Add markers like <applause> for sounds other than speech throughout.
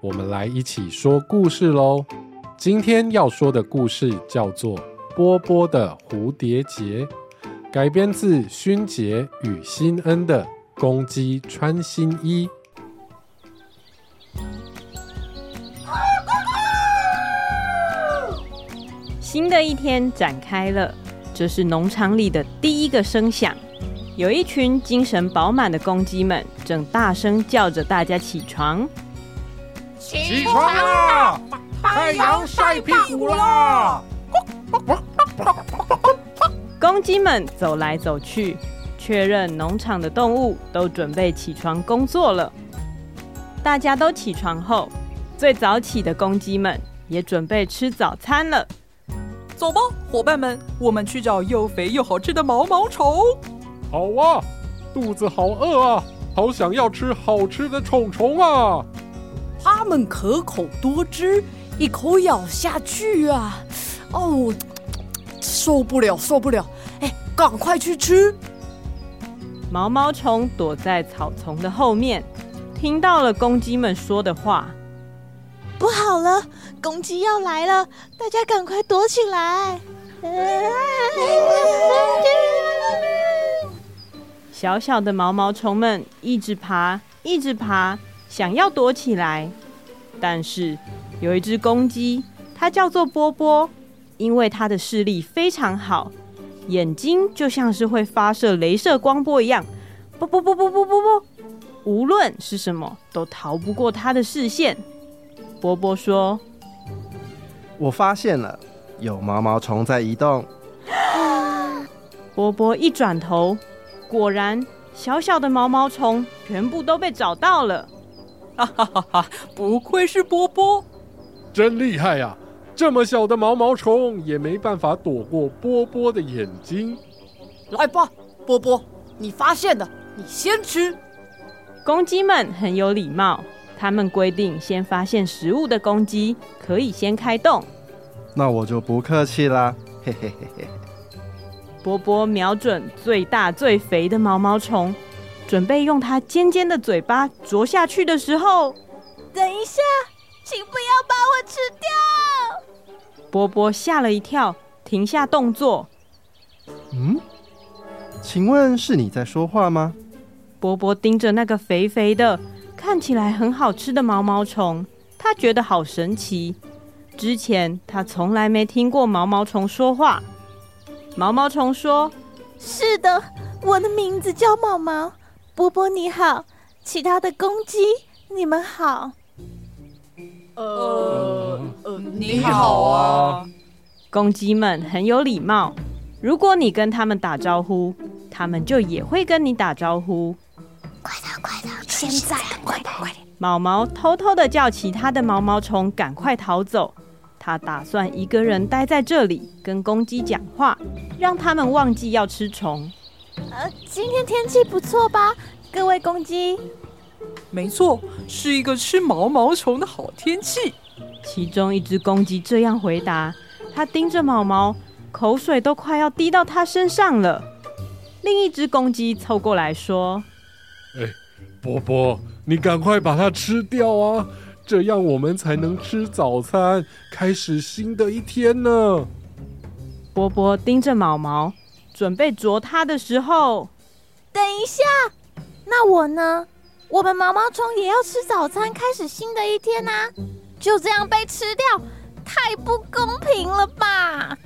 我们来一起说故事喽。今天要说的故事叫做《波波的蝴蝶结》，改编自勋杰与新恩的《公鸡穿新衣》。新的一天展开了，这是农场里的第一个声响。有一群精神饱满的公鸡们正大声叫着大家起床。起床啦！太阳晒哎屁股啦！公鸡们走来走去，确认农场的动物都准备起床工作了。大家都起床后，最早起的公鸡们也准备吃早餐了。走吧，伙伴们，我们去找又肥又好吃的毛毛虫。好啊，肚子好饿啊，好想要吃好吃的虫虫啊！它们可口多汁，一口咬下去啊，哦，受不了，受不了！哎，赶快去吃！毛毛虫躲在草丛的后面，听到了公鸡们说的话。不好了，公鸡要来了，大家赶快躲起来！小小的毛毛虫们一直爬，一直爬，想要躲起来，但是有一只公鸡，它叫做波波，因为它的视力非常好，眼睛就像是会发射镭射光波一样，啵啵啵啵啵啵啵，无论是什么都逃不过它的视线。波波说我发现了，有毛毛虫在移动。：“波波一转头，果然小小的毛毛虫全部都被找到了。”哈哈哈哈！不愧是波波，真厉害呀、这么小的毛毛虫也没办法躲过波波的眼睛。来吧，波波，你发现的，你先吃。公鸡们很有礼貌，他们规定先发现食物的公鸡可以先开动。那我就不客气啦，嘿嘿嘿嘿。波波瞄准最大最肥的毛毛虫，准备用它尖尖的嘴巴啄下去的时候，等一下，请不要把我吃掉！波波吓了一跳，停下动作。嗯，请问是你在说话吗？波波盯着那个肥肥的、看起来很好吃的毛毛虫，他觉得好神奇。之前他从来没听过毛毛虫说话。毛毛虫说是的，我的名字叫毛毛。波波你好，其他的公鸡你们好。呃呃，你好啊！公鸡们很有礼貌，如果你跟他们打招呼，他们就也会跟你打招呼。现在快点快点！毛毛偷偷的叫其他的毛毛虫赶快逃走，他打算一个人待在这里跟公鸡讲话，让他们忘记要吃虫。呃，今天天气不错吧，各位公鸡？没错，是一个吃毛毛虫的好天气。其中一只公鸡这样回答，它盯着毛毛，口水都快要滴到它身上了。另一只公鸡凑过来说。波波，你赶快把它吃掉啊！这样我们才能吃早餐，开始新的一天呢。波波盯着毛毛，准备啄它的时候，等一下，那我呢？我们毛毛虫也要吃早餐，开始新的一天呐、就这样被吃掉，太不公平了吧！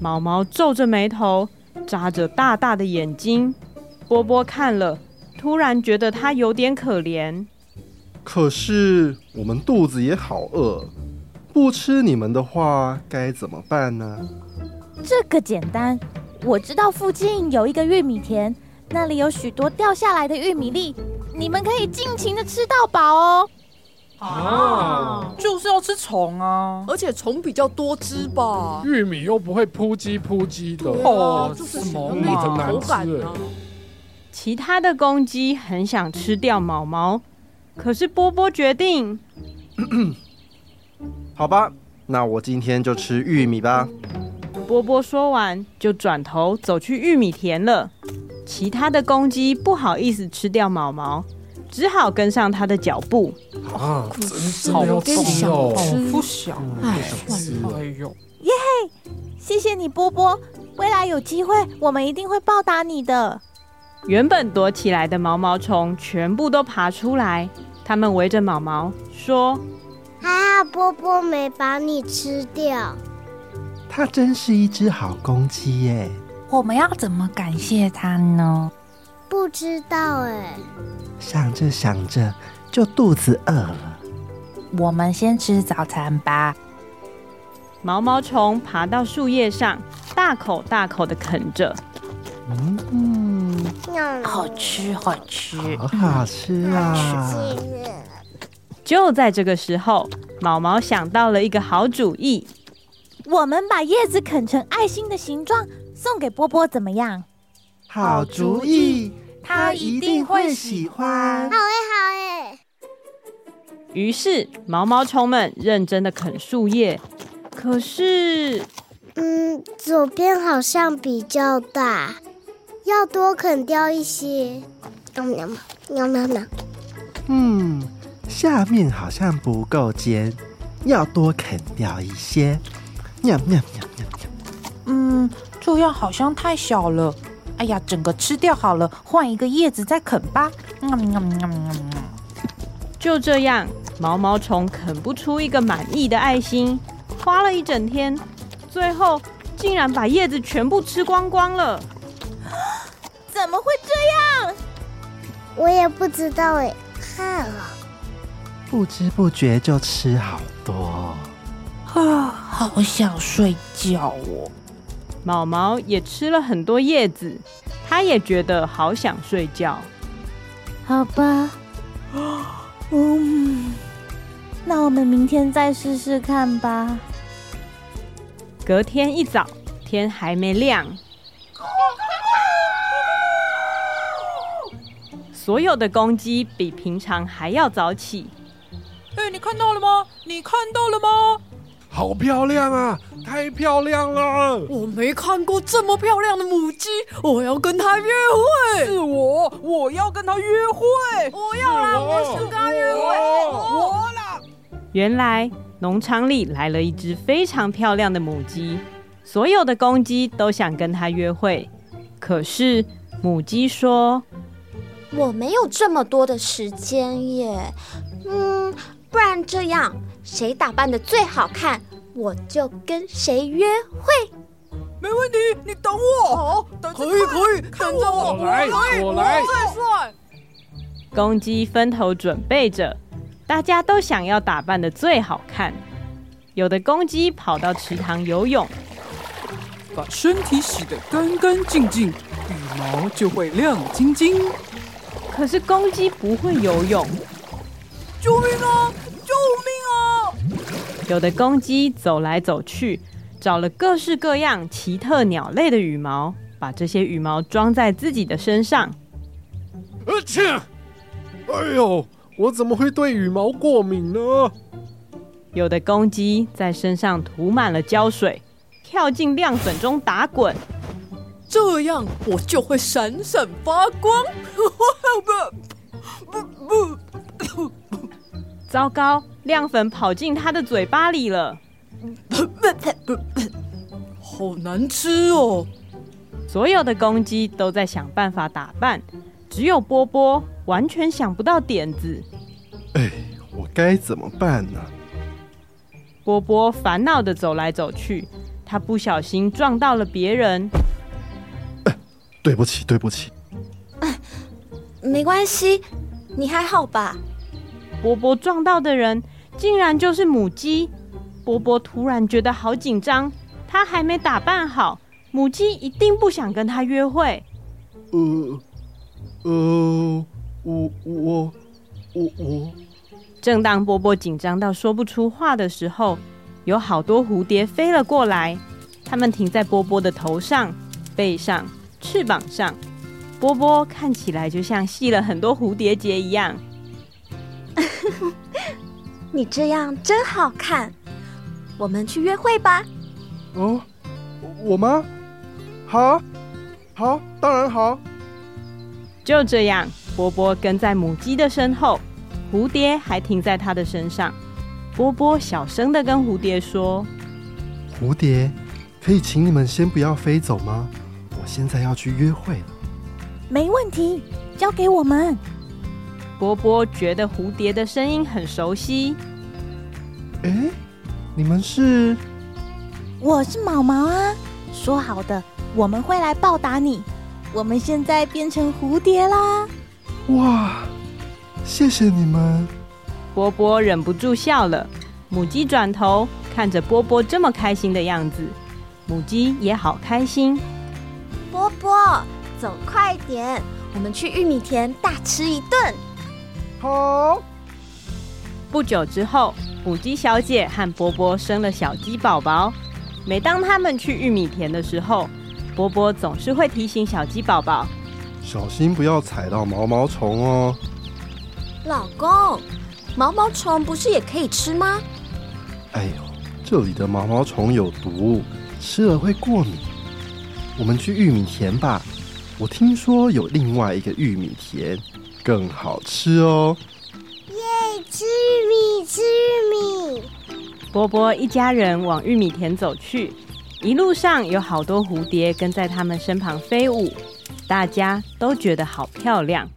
毛毛皱着眉头，眨着大大的眼睛。波波看了，突然觉得它有点可怜。可是我们肚子也好饿，不吃你们的话该怎么办呢？这个简单，我知道附近有一个玉米田，那里有许多掉下来的玉米粒，你们可以尽情的吃到饱哦。啊，就是要吃虫啊！而且虫比较多汁吧？玉米又不会扑叽扑叽的，对哦啊，就是什喜么欢嘛那种口感啊！其他的公鸡很想吃掉毛毛，可是波波决定，好吧，那我今天就吃玉米吧。波波说完就转头走去玉米田了。其他的公鸡不好意思吃掉毛毛，只好跟上他的脚步。啊，真真好的要跟你吃想哦，吃不想，哎吃了哎呦，谢谢你，波波。未来有机会，我们一定会报答你的。原本躲起来的毛毛虫全部都爬出来，它们围着毛毛说还好啊波波没把你吃掉。它真是一只好公鸡耶！我们要怎么感谢他呢？不知道哎、想着想着就肚子饿了。我们先吃早餐吧。：“毛毛虫爬到树叶上，大口大口地啃着。嗯，嗯，好吃，好吃。好好吃啊！就在这个时候，毛毛想到了一个好主意。我们把叶子啃成爱心的形状，送给波波怎么样？好主意，它一定会喜欢好。哎、好哎、于是，毛毛虫们认真的啃树叶。可是，嗯，左边好像比较大，要多啃掉一些。喵喵喵喵喵，嗯，下面好像不够尖，要多啃掉一些。喵喵喵喵喵！嗯，这样好像太小了。哎呀，整个吃掉好了，换一个叶子再啃吧。嗯嗯嗯嗯嗯就这样，毛毛虫啃不出一个满意的爱心，花了一整天，最后竟然把叶子全部吃光光了。怎么会这样？我也不知道哎、看了。不知不觉就吃好多哦。啊，好想睡觉哦。毛毛也吃了很多叶子，它也觉得好想睡觉。好吧， <gasps> 嗯，那我们明天再试试看吧。隔天一早，天还没亮，所有的公鸡比平常还要早起。哎，你看到了吗？你看到了吗？好漂亮啊，太漂亮了！我没看过这么漂亮的母鸡，我要跟它约会。是我，我要跟他约会，不要啦，我是跟它约会。哦我啦。原来农场里来了一只非常漂亮的母鸡，所有的公鸡都想跟它约会，可是母鸡说我没有这么多的时间耶。嗯，不然这样，谁打扮的最好看，我就跟谁约会。没问题，你等我。好，哦等可以可以，等着我，我来我来最帅。：“公鸡分头准备着，大家都想要打扮的最好看。”有的公鸡跑到池塘游泳，把身体洗得干干净净，羽毛就会亮晶晶。可是公鸡不会游泳，救命啊！救命啊！有的公鸡走来走去，找了各式各样奇特鸟类的羽毛，把这些羽毛装在自己的身上。而且，呃哎呦，我怎么会对羽毛过敏呢？有的公鸡在身上涂满了胶水，跳进亮粉中打滚。这样我就会闪闪发光。 <laughs> 不不不，糟糕，亮粉跑进它的嘴巴里了。好难吃哦！所有的公鸡都在想办法打扮，只有波波完全想不到点子。哎，我该怎么办呢、波波烦恼地走来走去，他不小心撞到了别人。对不起，对不起，没关系，你还好吧？波波撞到的人竟然就是母鸡。波波突然觉得好紧张，他还没打扮好，母鸡一定不想跟他约会。呃，呃，我我我我正当波波紧张到说不出话的时候，有好多蝴蝶飞了过来，它们停在波波的头上、背上、翅膀上。波波看起来就像系了很多蝴蝶结一样。你这样真好看，我们去约会吧。哦，我吗？好啊，好，当然好。就这样，波波跟在母鸡的身后，蝴蝶还停在它的身上。波波小声的跟蝴蝶说蝴蝶，可以请你们先不要飞走吗？我现在要去约会了。没问题，交给我们。：“波波觉得蝴蝶的声音很熟悉。诶，你们是？我是毛毛啊，说好的我们会来报答你。我们现在变成蝴蝶啦，哇，谢谢你们。”波波忍不住笑了。母鸡转头看着波波这么开心的样子，母鸡也好开心。波波，走快点，我们去玉米田大吃一顿。好，不久之后，母鸡小姐和波波生了小鸡宝宝。每当他们去玉米田的时候，波波总是会提醒小鸡宝宝小心不要踩到毛毛虫哦。老公，毛毛虫不是也可以吃吗？哎呦，这里的毛毛虫有毒，吃了会过敏。我们去玉米田吧，我听说有另外一个玉米田更好吃哦。哎吃米，吃米。波波一家人往玉米田走去，一路上有好多蝴蝶跟在他们身旁飞舞，大家都觉得好漂亮。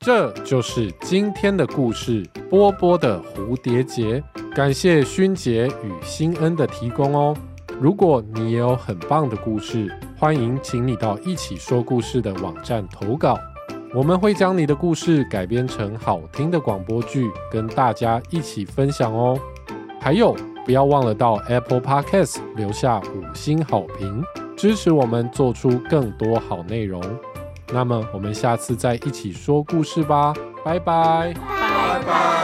这就是今天的故事《波波的蝴蝶结》。感谢勋杰与新恩的提供哦。如果你也有很棒的故事，欢迎请你到一起说故事的网站投稿，我们会将你的故事改编成好听的广播剧，跟大家一起分享哦。还有，不要忘了到 Apple Podcast 留下五星好评，支持我们做出更多好内容。那么我们下次再一起说故事吧，拜拜。拜拜。